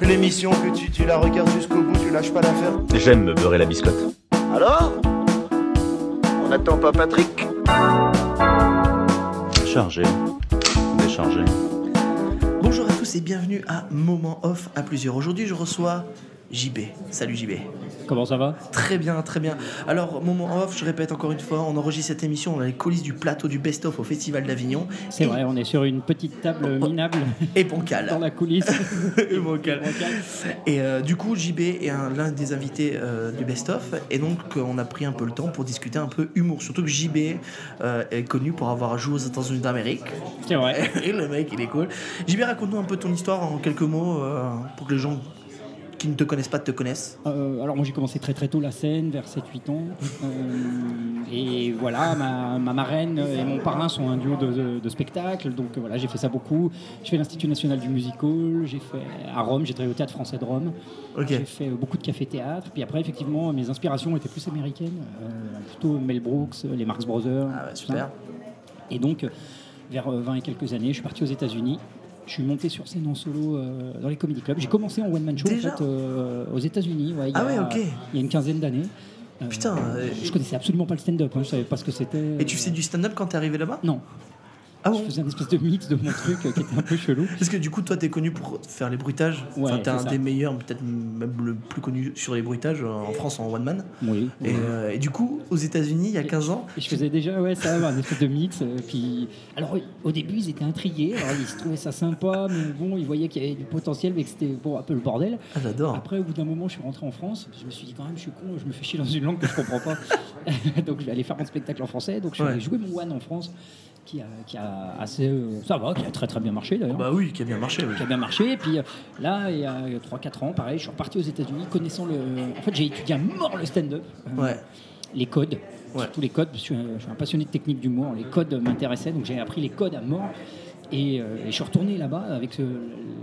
L'émission que tu, tu la regardes jusqu'au bout, tu lâches pas l'affaire. J'aime me beurrer la biscotte. Alors On n'attend pas Patrick. Chargé. Déchargé. Bonjour à tous et bienvenue à Moment Off à plusieurs. Aujourd'hui, je reçois JB. Salut JB. Comment ça va Très bien, très bien. Alors, Moment Off, je répète encore une fois, on enregistre cette émission dans les coulisses du plateau du Best Of au Festival d'Avignon. C'est Et- vrai, on est sur une petite table Oh. minable Et dans Bancal. la coulisse. Et Bancal. Et euh, du coup, JB est un- l'un des invités euh, du Best Of. Et donc, euh, on a pris un peu le temps pour discuter un peu humour. Surtout que JB euh, est connu pour avoir joué aux États-Unis d'Amérique. C'est vrai. Et le mec, il est cool. JB, raconte-nous un peu ton histoire en quelques mots euh, pour que les gens qui ne te connaissent pas te connaissent. Euh, alors moi j'ai commencé très très tôt la scène, vers 7-8 ans. Euh, et voilà, ma, ma marraine et mon parrain sont un duo de, de- de spectacle. Donc euh, voilà, j'ai fait ça beaucoup. J'ai fait l'Institut national du musical, j'ai fait à Rome, j'ai travaillé au théâtre français de Rome. Ok. J'ai fait euh, beaucoup de café-théâtre. Puis après, effectivement, mes inspirations étaient plus américaines. euh, plutôt Mel Brooks, les Marx Brothers. Ah ouais, tout ça. super. Et donc, euh, vers euh, 20 et quelques années, je suis parti aux États-Unis. Je suis monté sur scène en solo euh, dans les comedy clubs. J'ai commencé en one man show en Déjà fait, euh, aux États-Unis. ouais, il y Ah a- ouais, ok. Il y a une quinzaine d'années. Euh, Putain, euh, je connaissais absolument pas le stand-up. hein, je savais pas ce que c'était. Et tu faisais du stand-up quand t'es arrivé là-bas Non. Ah Je bon faisais un espèce de mix de mon truc euh, qui était un peu chelou. Parce que du coup, toi, t'es connu pour faire les bruitages. Ouais, enfin, t'es c'est un ça. des meilleurs, peut-être même le plus connu sur les bruitages euh, en France en one man. Oui. Et, euh, et du coup, aux États-Unis, il y a 15 ans, Et je faisais déjà ouais, ça, un espèce de mix. euh, puis... Alors, au début, ils étaient intrigués. Alors, ils se trouvaient ça sympa, mais bon, ils voyaient qu'il y avait du potentiel, mais que c'était bon, un peu le bordel. ah, j'adore. Après, au bout d'un moment, je suis rentré en France. Je me suis dit, quand même, je suis con, je me fais chier dans une langue que je comprends pas. donc, je vais aller faire mon spectacle en français. Donc, je suis Ouais. allé jouer mon one en France, qui a, qui a assez. euh, ça va, qui a très très bien marché d'ailleurs. Bah oui, qui a bien marché. oui. Qui a bien marché. Et puis euh, là, il y a 3-4 ans, pareil, je suis reparti aux États-Unis connaissant le. En fait, j'ai étudié à mort le stand-up. Euh, Ouais. les codes, Ouais. surtout les codes, parce que je suis un- je suis un passionné de technique d'humour, les codes m'intéressaient, donc j'ai appris les codes à mort. Et, euh, et je suis retourné là-bas avec ce-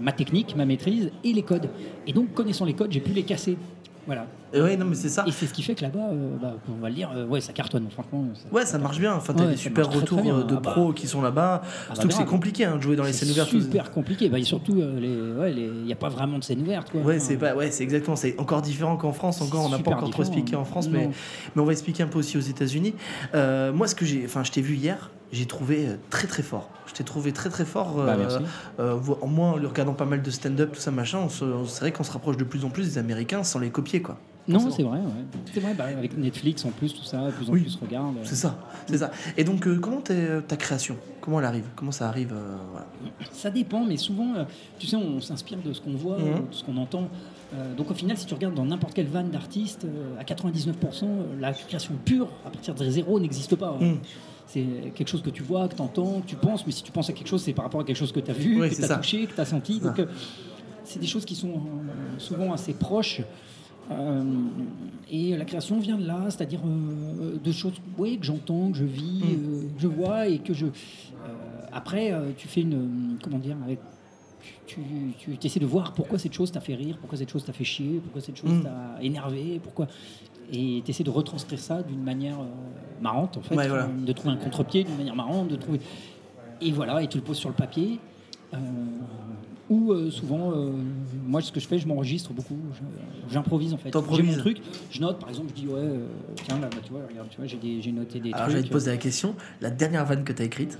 ma technique, ma maîtrise et les codes. Et donc, connaissant les codes, j'ai pu les casser. Voilà. Et ouais, non, mais c'est ça. Et c'est ce qui fait que là-bas, euh, bah, on va le dire, euh, ouais, ça cartonne, franchement. ça- Ouais, ça marche bien. Enfin, t'as Ouais, des ça super marche très, retours très bien. euh, de Ah bah. pros qui sont là-bas. bah Surtout que c'est grave. compliqué hein, de jouer dans les c'est scènes ouvertes. aux- super compliqué. Bah, et surtout, il les, ouais, les- il n'y a pas vraiment de scène ouverte. Quoi. Ouais, Enfin, c'est pas, ouais, c'est exactement. C'est encore différent qu'en France. Encore, on n'a pas Hein. super encore trop différent, hein. expliqué en France, mais, non. mais on va expliquer un peu aussi aux États-Unis. Euh, moi, ce que j'ai, enfin, je t'ai vu hier. J'ai trouvé euh, très très fort. Je t'ai trouvé très très fort. Bah, euh, merci. euh, vo- en moi, en lui regardant pas mal de stand-up, tout ça machin, on se- on- c'est vrai qu'on se rapproche de plus en plus des Américains sans les copier quoi. Non, forcément. c'est vrai. ouais. C'est vrai, bah, avec Netflix en plus, tout ça, de plus en Oui. plus regarde. C'est ça, c'est ça. Et donc, euh, comment t'es- euh, ta création Comment elle arrive Comment ça arrive euh, voilà. Ça dépend, mais souvent, euh, tu sais, on s'inspire de ce qu'on voit, Mhm. euh, de ce qu'on entend. Euh, donc au final, si tu regardes dans n'importe quelle vanne d'artiste, euh, à 99%, euh, la création pure, à partir de zéro, n'existe pas. hein. Mhm. C'est quelque chose que tu vois, que tu entends, que tu penses, mais si tu penses à quelque chose, c'est par rapport à quelque chose que tu as vu, Oui, que c'est tu as ça. touché, que tu as senti. ça. Donc euh, c'est des choses qui sont euh, souvent assez proches. Euh, et la création vient de là, c'est-à-dire euh, de choses ouais, que j'entends, que je vis, Mm. euh, que je vois et que je. euh, après, euh, tu fais une. euh, Comment dire avec- Tu, tu, tu essaies de voir pourquoi cette chose t'a fait rire, pourquoi cette chose t'a fait chier, pourquoi cette chose Mm. t'a énervé, pourquoi. Et tu essaies de retranscrire ça d'une manière euh, marrante, en fait. Ouais, voilà. De trouver un contre-pied d'une manière marrante, de trouver. Et voilà, et tu le poses sur le papier. Euh, ou euh, souvent, euh, moi, ce que je fais, je m'enregistre beaucoup. Je- J'improvise en fait. J'ai T'improvises. mon truc. Je note, par exemple, je dis ouais, euh, tiens là, bah, tu vois, regarde, tu vois, j'ai des- j'ai noté des Alors, trucs. j'allais te poser la question. La dernière vanne que t'as écrite,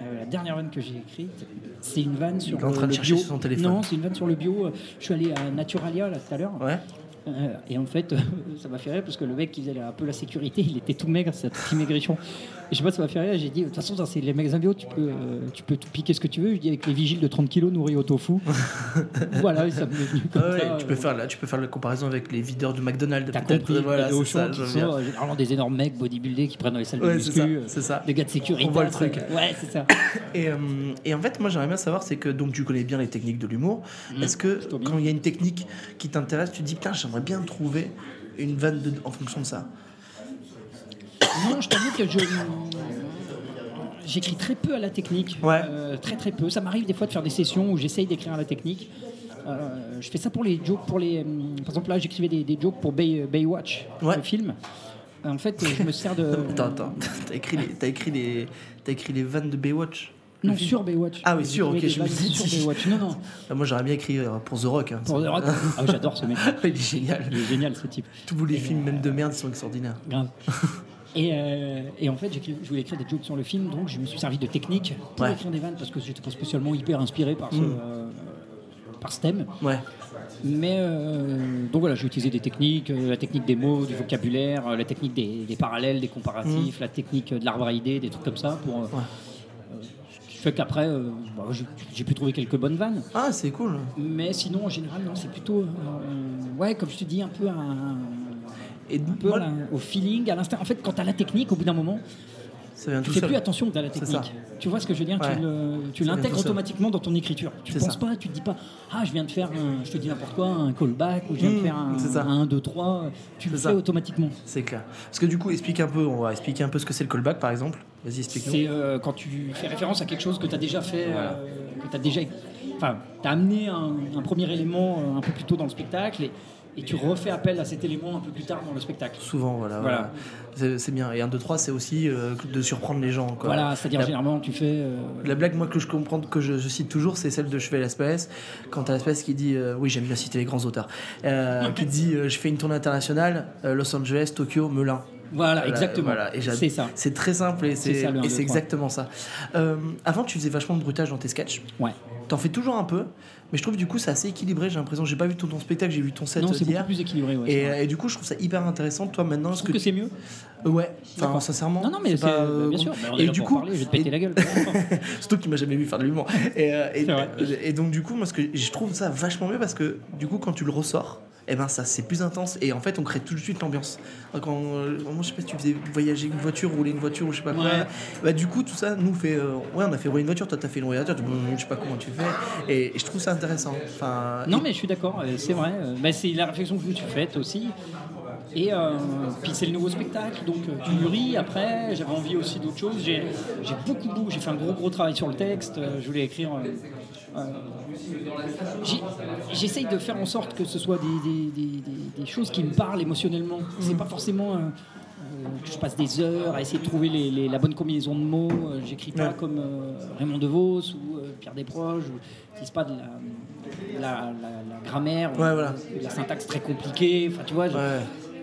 Euh, la dernière vanne que j'ai écrite, c'est une vanne sur Il est en euh, train de le chercher bio. sur son téléphone. Non, c'est une vanne sur le bio. Euh, Je suis allé à Naturalia là tout à l'heure. ouais Euh, et en fait, ça m'a fait rire parce que le mec qui faisait un peu la sécurité, il était tout maigre, c'est un petit maigrichon. Et je sais pas, ça m'a fait rire. J'ai dit, de toute façon, ça, c'est les magasins bio, tu peux, euh, tu peux tout piquer ce que tu veux. Je dis, avec les vigiles de 30 kilos nourris au tofu. voilà, et ça m'est venu comme Ah ouais, ça. tu, peux Euh, faire la, tu peux faire la comparaison avec les videurs du McDonald's. T'as peut-être, euh, compris, voilà, voilà, c'est ça, je qui veux sont dire. euh, généralement des énormes mecs bodybuildés qui prennent dans les salles de Ouais, c'est ça, muscu. euh, c'est ça. Des gars de sécurité. On voit le truc. Ouais, c'est ça. Et, euh, et en fait, moi j'aimerais bien savoir, c'est que donc tu connais bien les techniques de l'humour. Est-ce que Mm, plutôt bien. quand il y a une technique qui t'intéresse, tu te dis putain, j'aimerais bien trouver une vanne de- en fonction de ça Non, je t'avoue que je. J'écris très peu à la technique. Ouais. Euh, très très peu. Ça m'arrive des fois de faire des sessions où j'essaye d'écrire à la technique. Euh, je fais ça pour les jokes, pour les. hum, Par exemple là, j'écrivais des, des jokes pour Bay, euh, Baywatch, Ouais. le film. En fait, euh, je me sers de. Attends, attends, t'as écrit les, t'as écrit les, t'as écrit les vannes de Baywatch Non, sur Baywatch. Ah oui, sur, J'ai ok, trouvé je des me bases suis dit. Sur Baywatch, non, non. Ah, Moi, j'aurais bien écrit euh, pour The Rock. hein. Pour The Rock. Ah oui, j'adore ce mec. Il est génial. Il est génial, ce type. Tous les films, euh, même de merde, ils sont extraordinaires. Grave. Et, euh, et en fait, j'écris- je voulais écrire des jokes sur le film, donc je me suis servi de technique pour Ouais. écrire des vannes parce que j'étais pas spécialement hyper inspiré par ce, euh, par ce thème. Ouais. Mais euh, donc voilà, j'ai utilisé des techniques, euh, la technique des mots, du vocabulaire, euh, la technique des, des parallèles, des comparatifs, la technique euh, de l'arbre à idées, des trucs comme ça. Pour, euh, euh, ce qui fait qu'après, euh, bah, j'ai- j'ai pu trouver quelques bonnes vannes. Ah, c'est cool. Mais sinon, en général, non, c'est plutôt, euh, ouais, comme je te dis, un peu un, Et un peu moi, à la- au feeling, à l'instinct. En fait, quand t'as la technique, au bout d'un moment, ça vient tu tout fais seul. plus attention que t'as la C'est technique. Tu vois ce que je veux dire Ouais. Tu, le- tu Ça vient l'intègres tout seul. automatiquement dans ton écriture. Tu C'est penses ça. pas, tu te dis pas, ah, je viens de faire, un, je te dis n'importe quoi, un callback, ou je viens de Mm, faire un, c'est ça. un 1, 2, 3. Tu le C'est fais ça. automatiquement. C'est clair. Parce que du coup, explique un peu, on va expliquer un peu ce que c'est le callback par exemple. Vas-y, explique-nous. C'est euh, quand tu fais référence à quelque chose que tu as déjà fait, euh, que tu as déjà. Enfin, tu as amené un, un premier élément euh, un peu plus tôt dans le spectacle et, et tu refais appel à cet élément un peu plus tard dans le spectacle. Souvent, voilà. Voilà. voilà. C'est- C'est bien. Et 1, 2, 3, c'est aussi euh, de surprendre les gens. Quoi. Voilà, c'est-à-dire La- généralement tu fais. euh, La blague, moi, que je comprends, que je, je cite toujours, c'est celle de Je fais l'espèce. Quand à l'espèce qui dit, euh, oui, j'aime bien citer les grands auteurs, euh, qui dit euh, Je fais une tournée internationale, euh, Los Angeles, Tokyo, Melun. Euh, Voilà, exactement. voilà. Et j'ad- c'est ça. C'est très simple et C'est c'est ça, le un, et deux, c'est trois. exactement ça. Euh, avant, tu faisais vachement de bruitage dans tes sketchs. Ouais. T'en fais toujours un peu, mais je trouve du coup c'est assez équilibré. J'ai l'impression, j'ai pas vu tout ton spectacle, j'ai vu ton set euh, Non, c'est beaucoup d'hier. plus équilibré. Ouais, Et, c'est vrai. euh, et du coup, je trouve ça hyper intéressant. Toi, maintenant, Je est-ce trouve que, que c'est mieux. tu- ouais, enfin, D'accord. sincèrement, Non, non, mais c'est c'est- bah, pas, euh, bien sûr. compliqué. Mais on est Et là du pour coup, parler, je vais te péter la gueule. Surtout qu'il m'a jamais vu faire de l'humour. Et, euh, et, C'est vrai. et donc, du coup, moi, ce que je trouve ça vachement mieux parce que, du coup, quand tu le ressors, eh ben, ça, c'est plus intense. Et en fait, on crée tout de suite l'ambiance. Quand, euh, moi, je sais pas si tu faisais voyager une voiture, rouler une voiture ou je sais pas quoi. Ouais. Bah, du coup, tout ça nous fait. euh, ouais, on a fait rouler une voiture, toi, t'as fait une voiture, tu- je sais pas comment tu fais. Et, et je trouve ça intéressant. Enfin, Non, et- mais je suis d'accord, euh, c'est vrai. Euh, bah, c'est la réflexion que vous faites aussi. Et euh, puis c'est le nouveau spectacle, donc euh, tu mûris. Après, j'avais envie aussi d'autre chose. J'ai j'ai beaucoup, beaucoup, j'ai fait un gros, gros travail sur le texte. Euh, je voulais écrire. euh, euh, j'ai- J'essaye de faire en sorte que ce soit des, des- des- des- des choses qui me parlent émotionnellement. Mm. C'est pas forcément. euh, euh, que je passe des heures à essayer de trouver les- les- la bonne combinaison de mots. Euh, J'écris pas Ouais. comme euh, Raymond DeVos ou euh, Pierre Desproges. ou- J'utilise pas de la, de la- la- la grammaire ou Ouais, voilà. de la syntaxe très compliquée. Enfin, tu vois, je- Ouais.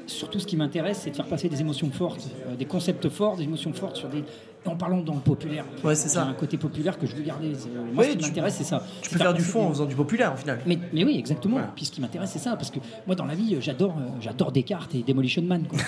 surtout ce qui m'intéresse, c'est de faire passer des émotions fortes, euh, des concepts forts, des émotions fortes sur des. En parlant dans le populaire. en fait. Ouais, c'est ça. Il y a un côté populaire que je veux garder. C'est- Moi, Oui, ce qui tu- m'intéresse, c'est ça. tu C'est peux faire du passer fond des- en faisant du populaire, au final. mais, mais oui, exactement. Voilà. Puis ce qui m'intéresse, c'est ça. Parce que moi, dans la vie, euh, j'adore euh, j'adore Descartes et Demolition Man. quoi.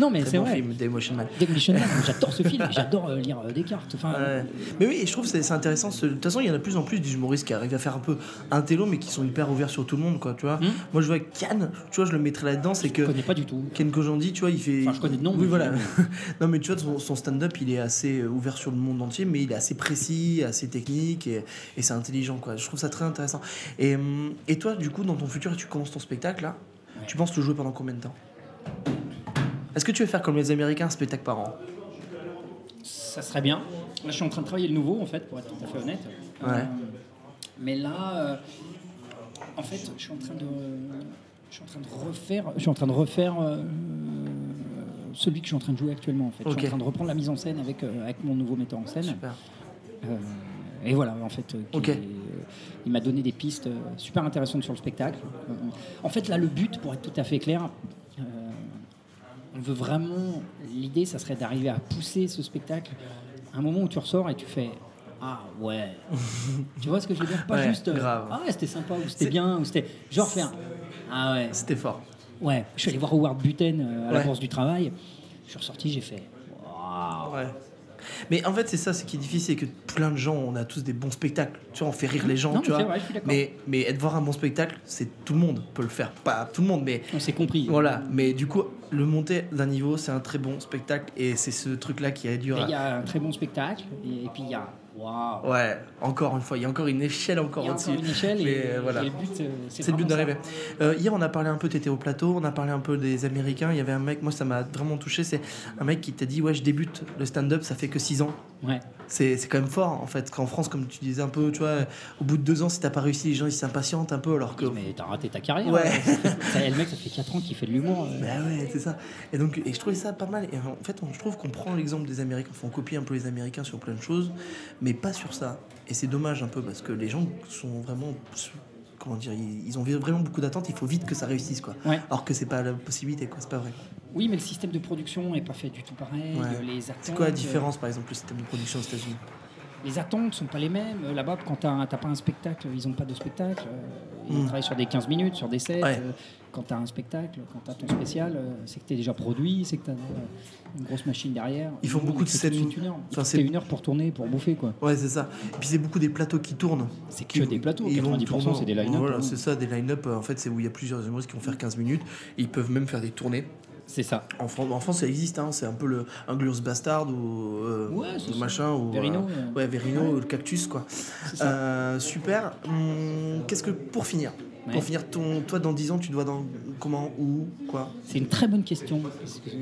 non, mais Très c'est bon vrai. film, Demolition Man. Demolition Man, j'adore ce film. J'adore euh, lire euh, Descartes. Enfin, Ouais. Mais oui, et je trouve que c'est c'est intéressant. ce- De toute façon, il y en a de plus en plus des humoristes qui arrivent à faire un peu un télo, mais qui sont hyper ouverts sur tout le monde, quoi. Tu vois. Moi, je vois Cannes, tu vois, je le mettrais là-dedans, c'est que Hmm. je connais pas du tout. Ken Kojandi, tu vois, il fait. Enfin, je connais de nom, Oui, mais voilà. non, mais tu vois, son, son stand-up, il est assez euh, ouvert sur le monde entier, mais il est assez précis, assez technique et, et c'est intelligent, quoi. Je trouve ça très intéressant. Et, hum, et toi, du coup, dans ton futur, tu commences ton spectacle là. Tu penses le jouer pendant combien de temps Est-ce que tu veux faire comme les Américains, un spectacle par an Ça serait bien. Là, je suis en train de travailler le nouveau, en fait, pour être tout à fait honnête. Ouais. mais là, euh, en fait, je suis en train de, je suis en train de refaire, je suis en train de refaire euh, celui que je suis en train de jouer actuellement. En fait, je Ok. suis en train de reprendre la mise en scène avec euh, avec mon nouveau metteur en scène. Super. Euh, et voilà, en fait, euh, qui- Ok. euh, il m'a donné des pistes euh, super intéressantes sur le spectacle. Euh, en fait, là, le but, pour être tout à fait clair, euh, on veut vraiment. L'idée, ça serait d'arriver à pousser ce spectacle à un moment où tu ressors et tu fais. Ah ouais. tu vois ce que je veux dire Pas Ouais, juste. euh, grave. Ah ouais, c'était sympa ou c'était C'est- bien ou c'était. Genre faire. Ah ouais. C'était fort. Ouais. Je suis allé voir Howard Buten euh, à la Ouais. Bourse du Travail. Je suis ressorti, j'ai fait. Ouais. Mais en fait, c'est ça, ce qui est difficile, c'est que plein de gens, on a tous des bons spectacles. Tu vois, on fait rire les gens, Non, tu mais vois. c'est vrai, je suis d'accord. mais, mais être voir un bon spectacle, c'est tout le monde peut le faire. Pas tout le monde, mais On s'est compris. voilà. Mais du coup, le monter d'un niveau, c'est un très bon spectacle et c'est ce truc-là qui est dur. Et à- Il y a un très bon spectacle, et, et puis il y a. Waouh! Ouais, encore une fois, il y a encore une échelle Il encore y a au-dessus. encore une échelle, Mais, et, euh, voilà. et le but, euh, C'est le but vraiment d'arriver. Euh, hier, on a parlé un peu, t'étais au plateau, on a parlé un peu des Américains. Il y avait un mec, moi, ça m'a vraiment touché. C'est un mec qui t'a dit Ouais, je débute le stand-up, ça fait que 6 ans. ça. Ouais. C'est c'est quand même fort en fait. Qu'en France, comme tu disais un peu, tu vois, au bout de deux ans, si t'as pas réussi, les gens ils s'impatientent un peu alors que. Il dit, Mais t'as raté ta carrière. Ouais. hein. Ça, le mec, ça fait 4 ans qu'il fait de l'humour. euh. Bah ouais, c'est ça. Et donc, et je trouvais ça pas mal. Et en fait, on, je trouve qu'on prend l'exemple des Américains, enfin, on copie un peu les Américains sur plein de choses, mais mais pas sur ça. Et c'est dommage un peu parce que les gens sont vraiment. Comment dire Ils ils ont vraiment beaucoup d'attentes, il faut vite que ça réussisse quoi. Ouais. Alors que c'est pas la possibilité quoi, c'est pas vrai. Oui, mais le système de production n'est pas fait du tout pareil. Ouais. euh, Les attentes, C'est quoi la euh, différence par exemple le système de production aux États-Unis Les attentes sont pas les mêmes. Euh, Là-bas, quand t'as t'as pas un spectacle, ils ont pas de spectacle. Euh, Ils Mm. travaillent sur des 15 minutes, sur des sets. Ouais. Euh, Quand t'as un spectacle, quand t'as ton spécial, euh, c'est que t'es déjà produit, c'est que t'as euh, une grosse machine derrière. Ils font Nous, on beaucoup de fait tout scènes- suite une heure. Enfin, Enfin, c'est- c'est une heure pour tourner, pour bouffer quoi. Ouais, c'est ça. Et puis c'est beaucoup des plateaux qui tournent. C'est que Qui- des plateaux. ils vont 90% tourner. c'est des line-up. Voilà, hein. c'est ça, des line-up. euh, En fait, c'est où il y a plusieurs humoristes qui vont faire 15 minutes. Et ils peuvent même faire des tournées. C'est ça. En France, en France ça existe. hein, C'est un peu le un Glorious Bastard ou euh, Ouais, c'est le ça. machin. Ou, Verino, euh, euh, ouais, Verino, le cactus, quoi. C'est ça. Euh, super. Hum, Qu'est-ce que. Pour finir. Ouais. Pour finir, ton, toi, dans 10 ans, tu dois dans. Comment Où Quoi C'est une très bonne question. parce que je- que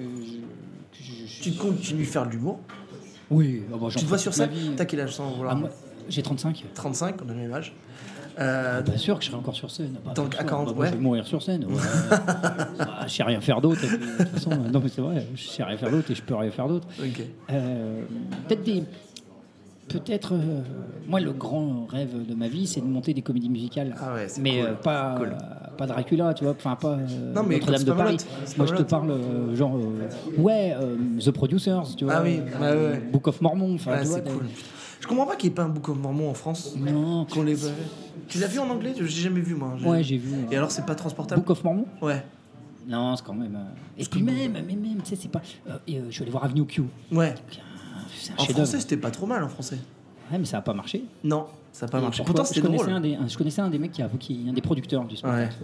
je- je- Tu continues de faire de l'humour. Oui, ah bah, j'en Tu te fais vois sur toute ma scène vie. T'as quel âge sans vouloir Ah, moi, J'ai 35. 35, on a le même âge. Euh, Bien sûr que je serai encore sur scène. Bah, Donc, bien à sûr. 40, Bah, moi, ouais. Je vais mourir sur scène. Ouais. Bah, je sais rien faire d'autre. et puis, de toute façon, euh, non, mais c'est vrai, je sais rien faire d'autre et je peux rien faire d'autre. ok. Euh, peut-être des. Peut-être. euh, moi, le grand rêve de ma vie, c'est de monter des comédies musicales. Ah ouais, c'est mais cool. euh, pas, Cool. pas Dracula, tu vois. Enfin, pas euh, Non, mais Notre-Dame c'est de pas Paris. Malotte, c'est Moi, pas je te Malotte. parle, euh, genre. euh, ouais, euh, The Producers, tu vois. Ah oui, bah euh, ouais. Book of Mormon. Enfin, Bah, Ouais, tu vois, c'est des- cool. Je comprends pas qu'il n'y ait pas un Book of Mormon en France. Non. Qu'on les... Tu l'as vu en anglais Je l'ai jamais vu moi. Ouais, j'ai vu. Et alors c'est pas transportable Book of Mormon Ouais. Non, c'est quand même. euh, Et puis que- même, même, même, tu sais, c'est pas. euh, et, euh, je suis allé voir Avenue Q. Hein, Ouais. C'est un En chef-d'œuvre. français c'était pas trop mal en français. Ouais, mais ça a pas marché. Non, ça a pas Et marché. pourquoi Pourtant je c'était connaissais drôle. un des, un- je connaissais un des mecs qui a, qui, un des producteurs du spectacle,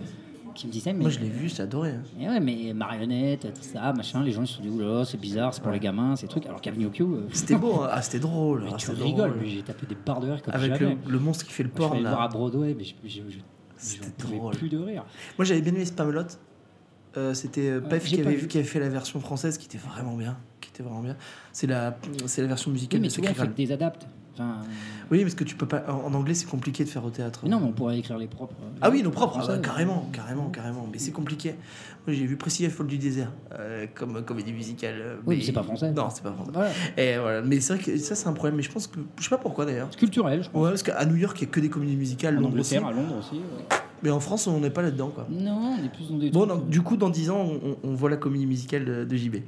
qui me disait, mais. Moi je l'ai vu, j'ai adoré. Eh ouais, mais marionnette, tout ça, machin. Les gens ils se sont dit, oula, c'est bizarre, c'est pour les gamins, ces trucs. Alors qu'Avenue Q. euh, C'était beau, hein. ah c'était drôle. mais ah, tu c'était rigoles, drôle. mais j'ai tapé des barres de rire comme Avec le, jamais. le monstre qui fait le Je suis porc allé le voir à là. Broadway, mais je, je, je- C'était j'en pouvais drôle. plus de rire. Moi j'avais bien aimé Spamelot. Euh, c'était euh, Pef j'ai qui pas avait, vu. qui avait fait la version française qui était vraiment bien. Qui était vraiment bien. C'est la, c'est la version Oui, musicale mais de Oh. tu vois, Sacré faut Graal. que des adaptes. Enfin, Oui, parce que tu peux pas. En en anglais c'est compliqué de faire au théâtre. mais non, mais on pourrait écrire les propres. euh, Ah oui, nos propres, ah bah, françaises. carrément, carrément, carrément. Mais c'est compliqué. Moi, j'ai vu Priscilla Folle du désert euh, comme euh, comédie musicale. euh, Oui, mais c'est pas français. Non, c'est pas français. Voilà. Et voilà. Mais c'est vrai que ça, c'est un problème. Mais je pense que. Je sais pas pourquoi d'ailleurs. C'est culturel, je pense. Ouais, parce qu'à New York, il y a que des comédies musicales, En Londres aussi. Angleterre, à Londres aussi. ouais. Mais en France, on n'est pas là-dedans, quoi. Non, on est plus dans des. Bon, trucs, donc, du coup, dans 10 ans, on, on voit la comédie musicale de, de JB. euh,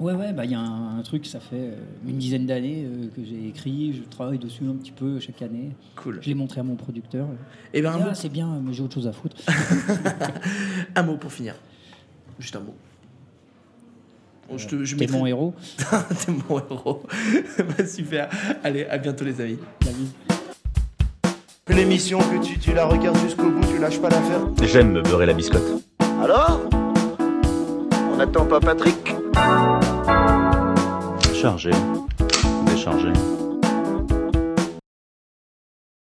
Ouais, ouais, bah il y a un, un truc, ça fait euh, une dizaine d'années euh, que j'ai écrit, je travaille dessus un petit peu chaque année. Cool. Je l'ai montré à mon producteur. Et ben, Ah, un, mot, c'est bien, mais j'ai autre chose à foutre. un mot pour finir. Juste un mot. Bon, Je te, je T'es mettrai- mon héros. T'es mon héros. Bah, super. Allez, à bientôt, les amis. la vie. L'émission que tu, tu la regardes jusqu'au bout, tu lâches pas l'affaire. J'aime me beurrer la biscotte. Alors On n'attend pas Patrick Chargé. Déchargé.